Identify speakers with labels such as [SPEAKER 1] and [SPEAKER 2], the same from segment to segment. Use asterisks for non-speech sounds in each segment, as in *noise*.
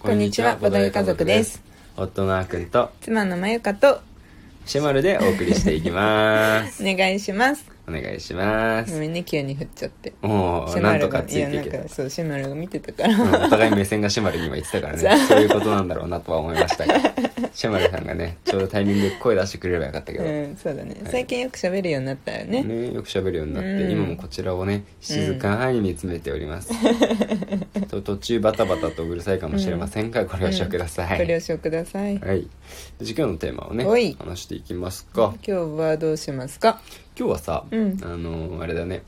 [SPEAKER 1] こんにちはボドゲ家族です。
[SPEAKER 2] 夫のあーくんと
[SPEAKER 1] 妻のまゆかと
[SPEAKER 2] シェマルでお送りしていきま *laughs* す。
[SPEAKER 1] お願いします
[SPEAKER 2] お願いしま
[SPEAKER 1] ご
[SPEAKER 2] す。
[SPEAKER 1] めんね急に振っちゃって
[SPEAKER 2] もう、なんとかついてい
[SPEAKER 1] い
[SPEAKER 2] け
[SPEAKER 1] や
[SPEAKER 2] た
[SPEAKER 1] なん。かそうシェマルが見てた *laughs* から、
[SPEAKER 2] うんお互い目線がシェマルに今言ってたからね、そういうことなんだろうなとは思いましたが、 *laughs* シェマルさんがね、ちょうどタイミングで声出してくれればよかったけど、ね、
[SPEAKER 1] うんそうだね、最近よく喋るようになったよね
[SPEAKER 2] よく喋るようになって、
[SPEAKER 1] うん
[SPEAKER 2] 今もこちらをね、静かに見つめております。と途中バタバタとうるさいかもしれませんが、ご了承ください。
[SPEAKER 1] ご了承ください、
[SPEAKER 2] はい。じゃあ今日のテーマを
[SPEAKER 1] おい
[SPEAKER 2] ね、話していきますか
[SPEAKER 1] 今。日はどうしますか
[SPEAKER 2] 今日はさ、
[SPEAKER 1] うん
[SPEAKER 2] あのあれだね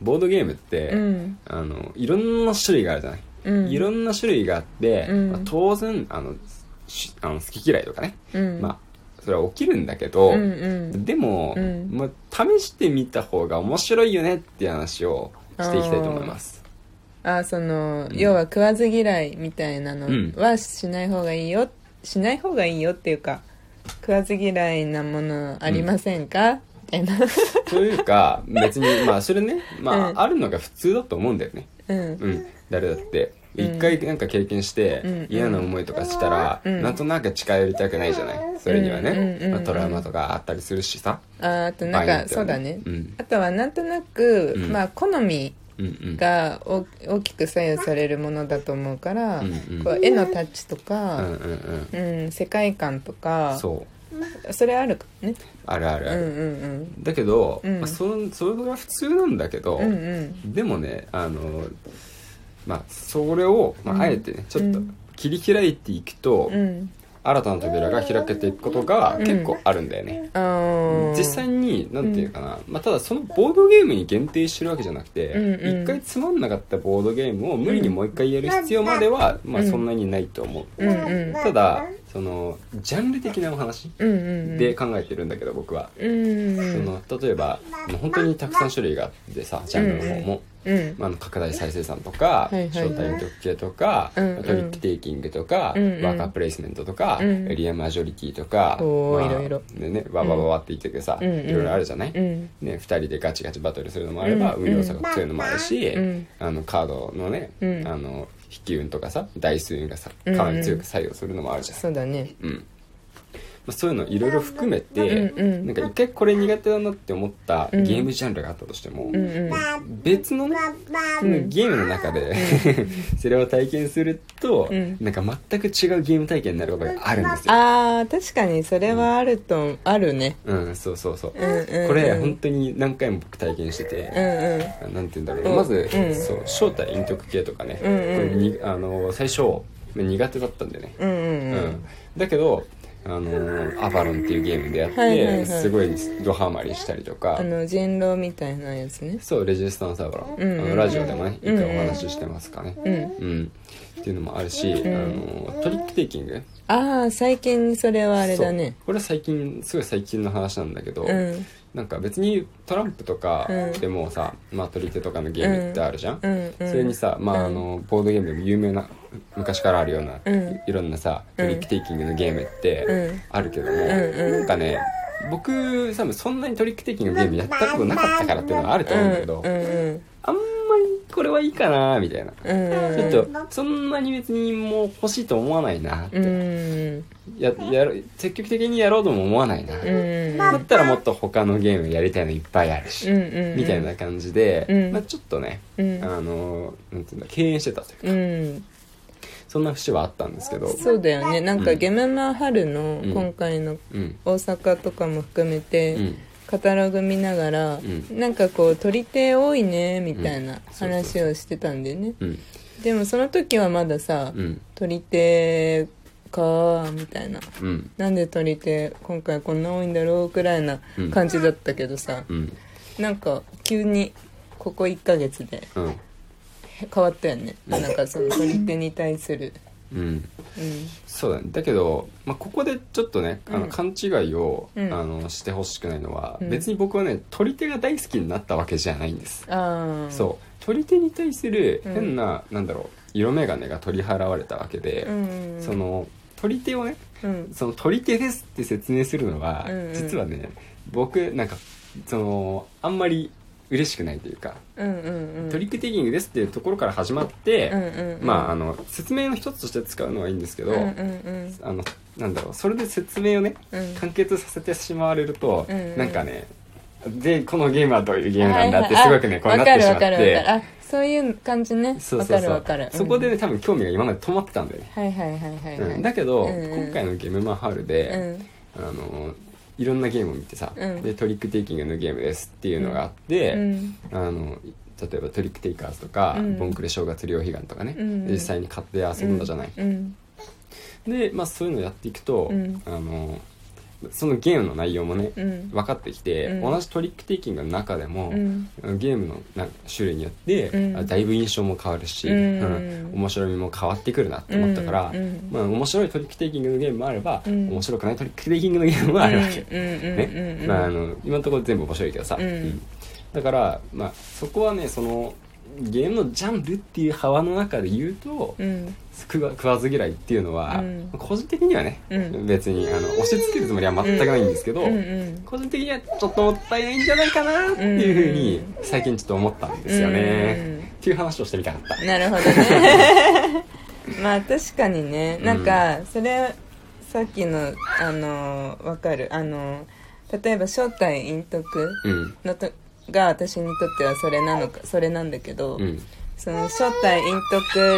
[SPEAKER 2] ボードゲームって、
[SPEAKER 1] うん
[SPEAKER 2] あのいろんな種類があるじゃない、
[SPEAKER 1] うん
[SPEAKER 2] いろんな種類があって、
[SPEAKER 1] うん
[SPEAKER 2] まあ当然あのしあの好き嫌いとかね、
[SPEAKER 1] うん
[SPEAKER 2] まあそれは起きるんだけど、
[SPEAKER 1] うんうん
[SPEAKER 2] でも、
[SPEAKER 1] うん
[SPEAKER 2] まあ、試してみた方が面白いよねっていう話をしていきたいと思います
[SPEAKER 1] あその、
[SPEAKER 2] うん
[SPEAKER 1] 要は食わず嫌いみたいなの
[SPEAKER 2] うん
[SPEAKER 1] はしない方がいいよ、しない方がいいよっていうか食わず嫌いなものありませんか、みたいな
[SPEAKER 2] というか別にまあそれね、まあ
[SPEAKER 1] うん
[SPEAKER 2] あるのが普通だと思うんだよね
[SPEAKER 1] うん
[SPEAKER 2] うん、誰だって
[SPEAKER 1] うん
[SPEAKER 2] 一回なんか経験して
[SPEAKER 1] うん
[SPEAKER 2] 嫌な思いとかしたら
[SPEAKER 1] うん
[SPEAKER 2] なんとなく近寄りたくないじゃないそれには
[SPEAKER 1] うんう
[SPEAKER 2] ね
[SPEAKER 1] ん
[SPEAKER 2] まあトラウマとかあったりするしさ
[SPEAKER 1] ああとなん
[SPEAKER 2] 場合によ
[SPEAKER 1] か、
[SPEAKER 2] っては
[SPEAKER 1] そうだね、
[SPEAKER 2] うん
[SPEAKER 1] あとはなんとなく、
[SPEAKER 2] うん
[SPEAKER 1] まあ好み
[SPEAKER 2] うんうん
[SPEAKER 1] がお大きく左右されるものだと思うから、
[SPEAKER 2] うんうん
[SPEAKER 1] こう絵のタッチと
[SPEAKER 2] うんうん
[SPEAKER 1] か、
[SPEAKER 2] うん
[SPEAKER 1] うん世界観とか
[SPEAKER 2] そう
[SPEAKER 1] それあるかね
[SPEAKER 2] あるある
[SPEAKER 1] う
[SPEAKER 2] あ
[SPEAKER 1] んう
[SPEAKER 2] る
[SPEAKER 1] ん
[SPEAKER 2] だけど
[SPEAKER 1] うん
[SPEAKER 2] まあそんそれが普通なんだけど
[SPEAKER 1] うんうんうん
[SPEAKER 2] でもねあのまあそれをま
[SPEAKER 1] うん
[SPEAKER 2] ああえてねちょっと
[SPEAKER 1] うん
[SPEAKER 2] 切り開いていくと
[SPEAKER 1] うん
[SPEAKER 2] 新たな扉が開けていくことが結構あるんだよね
[SPEAKER 1] あー
[SPEAKER 2] 実際になんていうかな、まあ、ただそのボードゲームに限定してるわけじゃなくて一、
[SPEAKER 1] うんうん
[SPEAKER 2] 回つまんなかったボードゲームを無理にもう一回やる必要までは、まあ、そんなにないと思う、
[SPEAKER 1] うんうん
[SPEAKER 2] ただそのジャンル的なお話
[SPEAKER 1] うんうんうん
[SPEAKER 2] で考えてるんだけど僕は、
[SPEAKER 1] うんう
[SPEAKER 2] そ
[SPEAKER 1] ん
[SPEAKER 2] の例えばもう本当にたくさん種類があってさジャンルの方も。
[SPEAKER 1] うん
[SPEAKER 2] まあ、あの拡大再生産とか、
[SPEAKER 1] はいはい
[SPEAKER 2] 招待特系とか、
[SPEAKER 1] うんうん
[SPEAKER 2] トリックテイキングとか、
[SPEAKER 1] うんうん
[SPEAKER 2] ワーカープレイスメントとか、
[SPEAKER 1] うん
[SPEAKER 2] エリアマジョリティとか、
[SPEAKER 1] おー
[SPEAKER 2] まあ、
[SPEAKER 1] いろいろ
[SPEAKER 2] でねわわわわって言っててさ、
[SPEAKER 1] うんうん
[SPEAKER 2] いろいろあるじゃない、
[SPEAKER 1] うん
[SPEAKER 2] ね、2人でガチガチバトルするのもあれば、
[SPEAKER 1] うん
[SPEAKER 2] 運用差が強いのもあるし、
[SPEAKER 1] うん
[SPEAKER 2] あのカードのね、
[SPEAKER 1] うん
[SPEAKER 2] あの引き運とかさ台数運がさ
[SPEAKER 1] うんうん
[SPEAKER 2] かなり強く作用するのもあるじゃん、
[SPEAKER 1] そうだね
[SPEAKER 2] うんまあ、そういうのいろいろ含めて、
[SPEAKER 1] うんうん
[SPEAKER 2] なんか一回これ苦手だなって思ったゲ
[SPEAKER 1] うん
[SPEAKER 2] ームジャンルがあったとしても、
[SPEAKER 1] うんうん
[SPEAKER 2] 別のね、ゲームの中で *laughs* それを体験すると、
[SPEAKER 1] うん
[SPEAKER 2] なんか全く違うゲーム体験になることがあるんですよ、
[SPEAKER 1] あー確かにそれはあると、あるね
[SPEAKER 2] うん、そうそうそう、
[SPEAKER 1] うんうんうん
[SPEAKER 2] これ本当に何回も僕体験してて、
[SPEAKER 1] うんうん
[SPEAKER 2] なんて言うんだろう、
[SPEAKER 1] うん
[SPEAKER 2] まず、
[SPEAKER 1] うん
[SPEAKER 2] そう招待陰徳系とかね、
[SPEAKER 1] うんうん
[SPEAKER 2] これにあの最初苦手だったんでね、
[SPEAKER 1] うんうんうん
[SPEAKER 2] だけどあのアバロンっていうゲームでやって、
[SPEAKER 1] はいはいはい
[SPEAKER 2] すごいドハマりしたりとか
[SPEAKER 1] あの人狼みたいなやつね
[SPEAKER 2] そうレジスタンスアバロン、
[SPEAKER 1] うんうん
[SPEAKER 2] あのラジオでもね一
[SPEAKER 1] うんうん
[SPEAKER 2] 回お話ししてますかね、
[SPEAKER 1] うん
[SPEAKER 2] っていうのもあるし、あのトリックテイキング
[SPEAKER 1] ああ最近それはあれだね
[SPEAKER 2] そうこれは最近すごい最近の話なんだけど、
[SPEAKER 1] うん
[SPEAKER 2] なんか別にトランプとか
[SPEAKER 1] うん
[SPEAKER 2] でもさ、まあ、取り手とかのゲームってあるじゃん、
[SPEAKER 1] うんうん
[SPEAKER 2] それにさ、まあ、あ
[SPEAKER 1] うん
[SPEAKER 2] のボードゲームでも有名な昔からあるような、
[SPEAKER 1] うん
[SPEAKER 2] いろんなさトリックテイキングのゲームっ
[SPEAKER 1] う
[SPEAKER 2] て
[SPEAKER 1] ん
[SPEAKER 2] あるけども、
[SPEAKER 1] ん
[SPEAKER 2] なんかね僕多分そんなにトリックテイキングのゲームやったことなかったからっていうのはあると
[SPEAKER 1] うん
[SPEAKER 2] 思うんだけど、
[SPEAKER 1] うんうん
[SPEAKER 2] あんまりこれはいいかなみたいな、
[SPEAKER 1] うん
[SPEAKER 2] ちょっとそんなに別にもう欲しいと思わないなって、
[SPEAKER 1] うんうん
[SPEAKER 2] ややる積極的にやろうとも思わないな、
[SPEAKER 1] うんうん
[SPEAKER 2] だったらもっと他のゲームやりたいのいっぱいあるし、
[SPEAKER 1] うんうん
[SPEAKER 2] みたいな感じで、
[SPEAKER 1] うん
[SPEAKER 2] まあ、ちょっとね、
[SPEAKER 1] うん
[SPEAKER 2] あのなんていうんだ敬遠してたというか
[SPEAKER 1] うん
[SPEAKER 2] そんな節はあったんですけど
[SPEAKER 1] そうだよねなんか
[SPEAKER 2] うん
[SPEAKER 1] ゲムマ春の
[SPEAKER 2] うん
[SPEAKER 1] 今回の
[SPEAKER 2] うん
[SPEAKER 1] 大阪とかも含めて、
[SPEAKER 2] うん
[SPEAKER 1] カタログ見ながら、
[SPEAKER 2] ん
[SPEAKER 1] なんかこう取り手多いねみたいな
[SPEAKER 2] そうそう
[SPEAKER 1] 話をしてたんだよね、
[SPEAKER 2] うん
[SPEAKER 1] でもその時はまださ、
[SPEAKER 2] うん
[SPEAKER 1] 取り手かみたいな
[SPEAKER 2] うん
[SPEAKER 1] なんで取り手今回こんな多いんだろうくらいな
[SPEAKER 2] うん
[SPEAKER 1] 感じだったけどさ、
[SPEAKER 2] うん
[SPEAKER 1] なんか急にここ1ヶ月で *laughs*
[SPEAKER 2] うん
[SPEAKER 1] 変わったよね、なんかその取り手に対する
[SPEAKER 2] うん
[SPEAKER 1] う
[SPEAKER 2] そうだねだけど、まあ、ここでちょっとねあ
[SPEAKER 1] う
[SPEAKER 2] の
[SPEAKER 1] ん
[SPEAKER 2] 勘違いを、
[SPEAKER 1] うん
[SPEAKER 2] あのしてほしくないのは、
[SPEAKER 1] うん
[SPEAKER 2] 別に僕はね取り手が大好きになったわけじゃないんです、
[SPEAKER 1] んああ
[SPEAKER 2] そう取り手に対する
[SPEAKER 1] うん
[SPEAKER 2] 変な、なんだろう色眼鏡が取り払われたわけで、
[SPEAKER 1] うんうん
[SPEAKER 2] その取り手をね
[SPEAKER 1] うん
[SPEAKER 2] その取り手ですって説明するのは、
[SPEAKER 1] うんうん
[SPEAKER 2] 実はね僕なんかそのあんまり嬉しくないというか、
[SPEAKER 1] うんうんうん
[SPEAKER 2] トリックテイキングですっていうところから始まって、
[SPEAKER 1] うんうんうん
[SPEAKER 2] まああの説明の一つとして使うのはいいんですけど、
[SPEAKER 1] うんうんうん
[SPEAKER 2] あのなんだろうそれで説明をね、
[SPEAKER 1] うん
[SPEAKER 2] 完結させてしまわれると、
[SPEAKER 1] うんうん
[SPEAKER 2] なんかねでこのゲームはどういうゲームなんだって
[SPEAKER 1] はい
[SPEAKER 2] す
[SPEAKER 1] はい
[SPEAKER 2] ごくね、こうなってしまっ
[SPEAKER 1] わかるわかるわか
[SPEAKER 2] て
[SPEAKER 1] るあそういう感じね
[SPEAKER 2] そう
[SPEAKER 1] わ
[SPEAKER 2] そ
[SPEAKER 1] か
[SPEAKER 2] う
[SPEAKER 1] る
[SPEAKER 2] そ
[SPEAKER 1] わ
[SPEAKER 2] う
[SPEAKER 1] かる
[SPEAKER 2] そこで
[SPEAKER 1] うん
[SPEAKER 2] ね多分興味が今まで止まってたんだよね、
[SPEAKER 1] はいはいはいはいは
[SPEAKER 2] うん
[SPEAKER 1] い
[SPEAKER 2] だけど、
[SPEAKER 1] うんうん
[SPEAKER 2] 今回のゲームマンハール
[SPEAKER 1] う
[SPEAKER 2] で、あ
[SPEAKER 1] ん
[SPEAKER 2] のいろんなゲームを見てさ、
[SPEAKER 1] うん
[SPEAKER 2] でトリックテイキングのゲームですっていうのがあって、
[SPEAKER 1] うん
[SPEAKER 2] あの例えばトリックテイカーズとか、
[SPEAKER 1] うん
[SPEAKER 2] ボンクレ正月両悲願とかね、
[SPEAKER 1] うん
[SPEAKER 2] 実際に買って遊んだじゃない、
[SPEAKER 1] うん
[SPEAKER 2] で、まあ、そういうのをやっていくと、
[SPEAKER 1] うん
[SPEAKER 2] あのそのゲームの内容もね、
[SPEAKER 1] うん
[SPEAKER 2] 分かってきて、
[SPEAKER 1] うん
[SPEAKER 2] 同じトリックテイキングの中でも、
[SPEAKER 1] うん
[SPEAKER 2] ゲームのなんか種類によって、
[SPEAKER 1] うん
[SPEAKER 2] あだいぶ印象も変わるし、
[SPEAKER 1] うん
[SPEAKER 2] うん面白みも変わってくるなって思ったから、
[SPEAKER 1] うんうん
[SPEAKER 2] まあ、面白いトリックテイキングのゲームもあれば、
[SPEAKER 1] うん
[SPEAKER 2] 面白くないトリックテイキングのゲームもあるわけ。
[SPEAKER 1] うんうんうんうんう
[SPEAKER 2] ね
[SPEAKER 1] ん
[SPEAKER 2] まあ、あの今のところ全部面白いけどさ、
[SPEAKER 1] うん
[SPEAKER 2] だから、まあ、そこはねそのゲームのジャンルっていう幅の中で言うと、
[SPEAKER 1] うん
[SPEAKER 2] 食わ食わず嫌いっていうのは、
[SPEAKER 1] うん
[SPEAKER 2] 個人的にはね、
[SPEAKER 1] うん
[SPEAKER 2] 別にあの押し付けるつもりは全くないんですけど、
[SPEAKER 1] うんうん
[SPEAKER 2] 個人的にはちょっともったいないんじゃないかなっていうふうに最近ちょっと思ったんですよね、
[SPEAKER 1] うん
[SPEAKER 2] っていう話をしてみたかった
[SPEAKER 1] なるほどねまあ確かにねなんかそれさっきのあのわかるあの例えば正体陰徳
[SPEAKER 2] うん
[SPEAKER 1] のとが私にとってはそれなのかそれなんだけど、
[SPEAKER 2] うん
[SPEAKER 1] その正体陰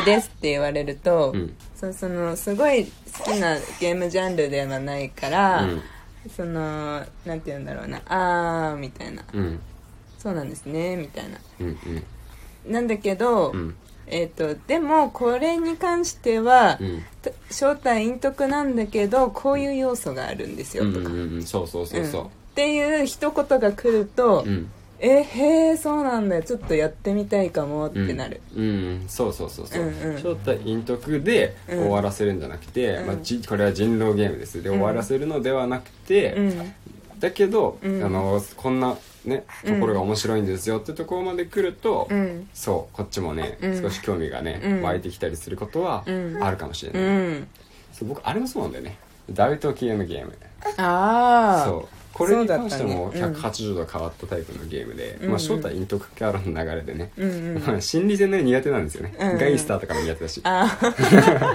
[SPEAKER 1] 徳ですって言われると、
[SPEAKER 2] うん
[SPEAKER 1] そうそのすごい好きなゲームジャンルではないから、
[SPEAKER 2] うん
[SPEAKER 1] そのなんて言うんだろうなあーみたいな
[SPEAKER 2] うん
[SPEAKER 1] そうなんですねみたいな
[SPEAKER 2] うん
[SPEAKER 1] なんだけど、
[SPEAKER 2] うんうん
[SPEAKER 1] えー、とでもこれに関しては、
[SPEAKER 2] うん
[SPEAKER 1] と正体陰徳なんだけどこういう要素があるんですよ
[SPEAKER 2] う
[SPEAKER 1] と
[SPEAKER 2] ん
[SPEAKER 1] か、
[SPEAKER 2] うんうんうんそうそうそう
[SPEAKER 1] うん
[SPEAKER 2] そ
[SPEAKER 1] っていう一言が来ると、
[SPEAKER 2] ううん
[SPEAKER 1] えへえそうなんだちょっとやってみたいかもっ
[SPEAKER 2] うん
[SPEAKER 1] てなる、
[SPEAKER 2] うんそうそうそうそう、
[SPEAKER 1] うんうん
[SPEAKER 2] 正体陰徳で
[SPEAKER 1] う
[SPEAKER 2] 終
[SPEAKER 1] ん
[SPEAKER 2] わらせるんじゃなくて、
[SPEAKER 1] うん
[SPEAKER 2] まあ、じこれは人狼ゲームですで終わらせるのではなくて、
[SPEAKER 1] うん
[SPEAKER 2] だけど、
[SPEAKER 1] うん
[SPEAKER 2] あのこんなねところが面白いんですよってところまで来ると、
[SPEAKER 1] うん
[SPEAKER 2] そうこっちもね、
[SPEAKER 1] うん
[SPEAKER 2] 少し興味がね、
[SPEAKER 1] うん
[SPEAKER 2] 湧いてきたりすることは
[SPEAKER 1] うん
[SPEAKER 2] あるかもしれ
[SPEAKER 1] う
[SPEAKER 2] ない、
[SPEAKER 1] ん
[SPEAKER 2] そう僕あれもそうなんだよねダウト系のゲーム
[SPEAKER 1] ああ
[SPEAKER 2] そうこれに関しても
[SPEAKER 1] そうだったね
[SPEAKER 2] 180度変わったタイプのゲームで、
[SPEAKER 1] うん
[SPEAKER 2] まあ、正体陰徳からの流れでね、
[SPEAKER 1] うんうん
[SPEAKER 2] 心理戦ね苦手なんですよね、
[SPEAKER 1] うん
[SPEAKER 2] ガイスターとかも苦手だし
[SPEAKER 1] あー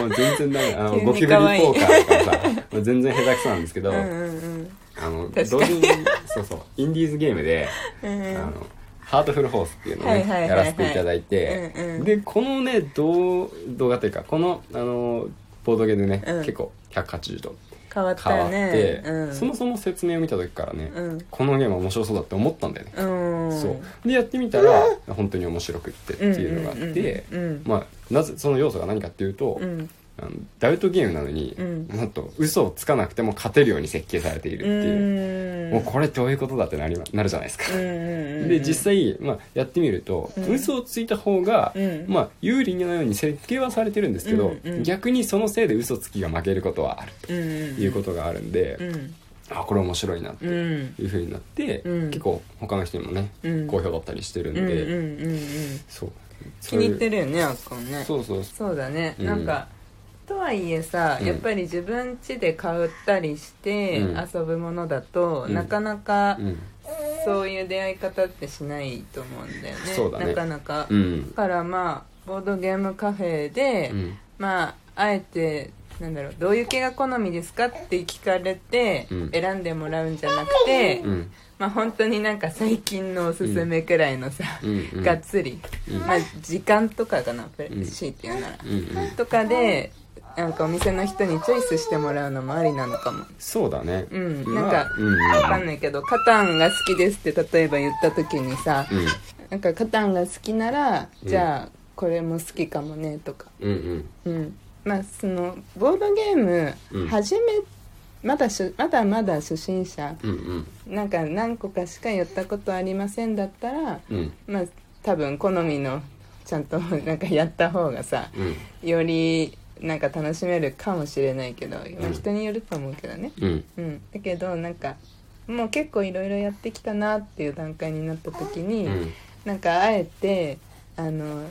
[SPEAKER 2] もう全然ダメあの
[SPEAKER 1] *laughs* 急に
[SPEAKER 2] ゴキブリポ
[SPEAKER 1] 可愛い
[SPEAKER 2] ーカーとかさもう全然下手くそなんですけど、
[SPEAKER 1] うんうん
[SPEAKER 2] あの同
[SPEAKER 1] 確
[SPEAKER 2] 時
[SPEAKER 1] か
[SPEAKER 2] にそうそうインディーズゲームで、
[SPEAKER 1] うんうん
[SPEAKER 2] あのハートフルホースっていうのをね、
[SPEAKER 1] はいはいはいはい
[SPEAKER 2] やらせていただいて、
[SPEAKER 1] うんうん
[SPEAKER 2] でこのね動動画というかこのあのボードゲームでね、
[SPEAKER 1] うん
[SPEAKER 2] 結構180度
[SPEAKER 1] 変わっ
[SPEAKER 2] 変
[SPEAKER 1] た
[SPEAKER 2] わっ
[SPEAKER 1] よ
[SPEAKER 2] て、
[SPEAKER 1] ねうん
[SPEAKER 2] そもそも説明を見た時からね、
[SPEAKER 1] うん
[SPEAKER 2] このゲーム面白そうだって思ったんだよね、
[SPEAKER 1] うん
[SPEAKER 2] そうでやってみたら本当に面白くってっていうのがあって、
[SPEAKER 1] うんうんうんうん
[SPEAKER 2] まあ、なぜその要素が何かっていうと、
[SPEAKER 1] うん
[SPEAKER 2] あのダウトゲームなのに、
[SPEAKER 1] うん
[SPEAKER 2] なんと嘘をつかなくても勝てるように設計されているっていう。
[SPEAKER 1] うん
[SPEAKER 2] もうこれどういうことだってなりまなるじゃないですか、
[SPEAKER 1] うんうんうん
[SPEAKER 2] で実際、まあ、やってみると、
[SPEAKER 1] うん
[SPEAKER 2] 嘘をついた方が、
[SPEAKER 1] うん
[SPEAKER 2] まあ、有利なように設計はされてるんですけど、
[SPEAKER 1] うんうん
[SPEAKER 2] 逆にそのせいで嘘つきが負けることはあると
[SPEAKER 1] うんうん
[SPEAKER 2] いうことがあるんで、
[SPEAKER 1] うん
[SPEAKER 2] あこれ面白いなって
[SPEAKER 1] うんうん
[SPEAKER 2] いうふうになって、
[SPEAKER 1] うん
[SPEAKER 2] 結構他の人にもね、
[SPEAKER 1] うん
[SPEAKER 2] 好評だったりしてるん
[SPEAKER 1] うんうん
[SPEAKER 2] で、
[SPEAKER 1] うん
[SPEAKER 2] そう
[SPEAKER 1] 気に入って
[SPEAKER 2] る
[SPEAKER 1] るよねあっこんね
[SPEAKER 2] そうそう
[SPEAKER 1] そうだね、
[SPEAKER 2] うん
[SPEAKER 1] なんかとはいえさ、
[SPEAKER 2] うん
[SPEAKER 1] やっぱり自分家で買ったりして
[SPEAKER 2] うん
[SPEAKER 1] 遊ぶものだと、
[SPEAKER 2] うん
[SPEAKER 1] なかなか
[SPEAKER 2] うん
[SPEAKER 1] そういう出会い方ってしないと思うんだよね
[SPEAKER 2] そうだね
[SPEAKER 1] なかなか、
[SPEAKER 2] う
[SPEAKER 1] だ
[SPEAKER 2] ん
[SPEAKER 1] からまあボードゲームカフ
[SPEAKER 2] う
[SPEAKER 1] ェで、
[SPEAKER 2] ん
[SPEAKER 1] まああえてなんだろうどういう系が好みですかって聞かれて、
[SPEAKER 2] うん
[SPEAKER 1] 選んでもらうんじゃなくて、
[SPEAKER 2] うん
[SPEAKER 1] まあ本当になんか最近のおすすめくらいのさ、
[SPEAKER 2] うんうん
[SPEAKER 1] がっつり、
[SPEAKER 2] うん
[SPEAKER 1] まあ時間とかかなプレ
[SPEAKER 2] うん
[SPEAKER 1] シーっていうなら、
[SPEAKER 2] うんうん
[SPEAKER 1] とかでなんかお店の人にチョイスしてもらうのもありなのかも
[SPEAKER 2] そうだね
[SPEAKER 1] うん
[SPEAKER 2] まあ
[SPEAKER 1] なんか、
[SPEAKER 2] うんうん
[SPEAKER 1] わかんないけどカタンが好きですって例えば言った時にさ、
[SPEAKER 2] うん
[SPEAKER 1] なんかカタンが好きなら
[SPEAKER 2] うん
[SPEAKER 1] じゃあこれも好きかもねとか
[SPEAKER 2] うんうん
[SPEAKER 1] うんまあそのボードゲー
[SPEAKER 2] うん
[SPEAKER 1] ム初め、まだしゅまだまだ初心者
[SPEAKER 2] うんうん
[SPEAKER 1] なんか何個かしかやったことありませんだったら、
[SPEAKER 2] うん
[SPEAKER 1] まあ多分好みのちゃんとなんかやった方がさ
[SPEAKER 2] うん
[SPEAKER 1] よりなんか楽しめるかもしれないけど、まあ人によると思うけどね、
[SPEAKER 2] うん
[SPEAKER 1] うん、だけどなんかもう結構いろいろやってきたなっていう段階になった時に、
[SPEAKER 2] うん
[SPEAKER 1] なんかあえてあの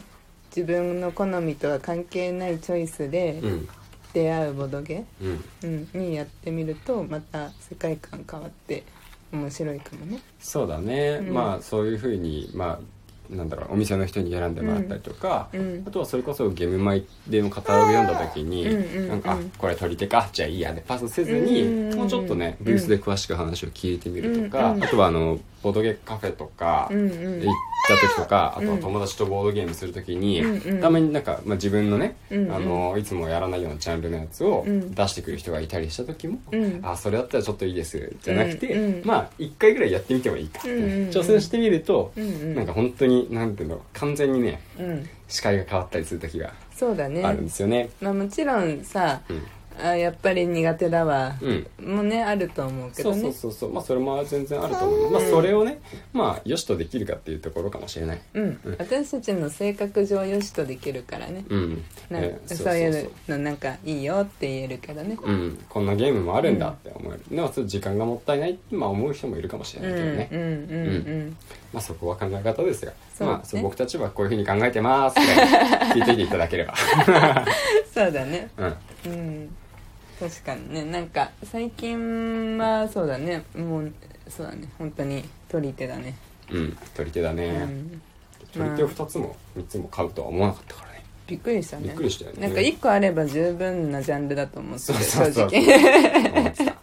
[SPEAKER 1] 自分の好みとは関係ないチョイスで
[SPEAKER 2] うん
[SPEAKER 1] 出会うボドゲ、
[SPEAKER 2] うん
[SPEAKER 1] うん、にやってみるとまた世界観変わって面白いかもね
[SPEAKER 2] そうだね、
[SPEAKER 1] うん
[SPEAKER 2] まあそういうふうにまあなんだろうお店の人に選んでもらったりとか、
[SPEAKER 1] うんうん
[SPEAKER 2] あとはそれこそゲームマイでのカタログ読んだ時に、
[SPEAKER 1] うんうんうん
[SPEAKER 2] なんかあこれ取り手かじゃあいいやでパスせずに、
[SPEAKER 1] うんうんうん
[SPEAKER 2] もうちょっとねブースで詳しく話を聞いてみるとか、
[SPEAKER 1] うんうん
[SPEAKER 2] あとはあのボードゲームカフェとか、
[SPEAKER 1] うん
[SPEAKER 2] 行った時とかあとは友達とボードゲームする時に、
[SPEAKER 1] うんうん
[SPEAKER 2] たまになんか、まあ、自分のね、
[SPEAKER 1] うんうん
[SPEAKER 2] あのいつもやらないようなジャンルのやつを
[SPEAKER 1] うん
[SPEAKER 2] 出してくる人がいたりした時も、
[SPEAKER 1] うん
[SPEAKER 2] あそれだったらちょっといいですじゃなくて、
[SPEAKER 1] うんうん
[SPEAKER 2] まあ1回ぐらいやってみてもいいかって、
[SPEAKER 1] うんうんうん
[SPEAKER 2] 挑戦してみると、
[SPEAKER 1] うんうん
[SPEAKER 2] なんか本当になんていうの完全にね
[SPEAKER 1] うんうん
[SPEAKER 2] 視界が変わったりする時が
[SPEAKER 1] そうだね
[SPEAKER 2] あるんですよね。
[SPEAKER 1] まあもちろんさ
[SPEAKER 2] うん
[SPEAKER 1] あやっぱり苦手だわ、
[SPEAKER 2] うん
[SPEAKER 1] もねあると思うけ
[SPEAKER 2] そ
[SPEAKER 1] ど
[SPEAKER 2] うそう
[SPEAKER 1] ね
[SPEAKER 2] そうそうまあそれも全然あると思う、まあそれをねまあよしとできるかっていうところかもしれない
[SPEAKER 1] うん
[SPEAKER 2] うん
[SPEAKER 1] 私たちの性格上よしとできるからね
[SPEAKER 2] うん、
[SPEAKER 1] なん
[SPEAKER 2] えー
[SPEAKER 1] そういうのなんかいいよって言えるけどね
[SPEAKER 2] うん、こんなゲームもあるんだって思える、でもそれ時間がもったいないって、まあ、思う人もいるかもしれ
[SPEAKER 1] うん
[SPEAKER 2] な
[SPEAKER 1] う
[SPEAKER 2] い
[SPEAKER 1] ん
[SPEAKER 2] けどね、
[SPEAKER 1] うんうん
[SPEAKER 2] まあ、そこは考え方ですが、
[SPEAKER 1] そう
[SPEAKER 2] まあ、そう
[SPEAKER 1] ね
[SPEAKER 2] 僕たちはこういうふうに考えてますって聞いていていただければ、
[SPEAKER 1] そうだね
[SPEAKER 2] うん、
[SPEAKER 1] うん確かにねなんか最近はそうだねもうそうだね本当に取り手だね、
[SPEAKER 2] うん、取り手だね、
[SPEAKER 1] うん、
[SPEAKER 2] 取り手を2つも3つも買うとは思わなかったからね
[SPEAKER 1] びっくりしたね
[SPEAKER 2] びっくりしたよね
[SPEAKER 1] なんか1個あれば十分なジャンルだと思って
[SPEAKER 2] そう
[SPEAKER 1] る
[SPEAKER 2] そう
[SPEAKER 1] 正
[SPEAKER 2] そう
[SPEAKER 1] 直
[SPEAKER 2] 思って
[SPEAKER 1] *laughs*
[SPEAKER 2] た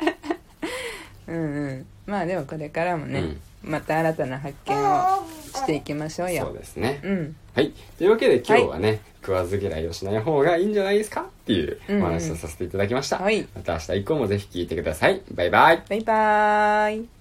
[SPEAKER 1] うんうんまあでもこれからもね、また新たな発見をしていきましょう
[SPEAKER 2] そう
[SPEAKER 1] よ
[SPEAKER 2] ですね、
[SPEAKER 1] うん
[SPEAKER 2] はいというわけで今日はね、食わず嫌いをしない方がいいんじゃないですかっていうお話をさせていただきました、
[SPEAKER 1] はい
[SPEAKER 2] また明日以降もぜひ聞いてくださいバイバイ
[SPEAKER 1] バイバーイ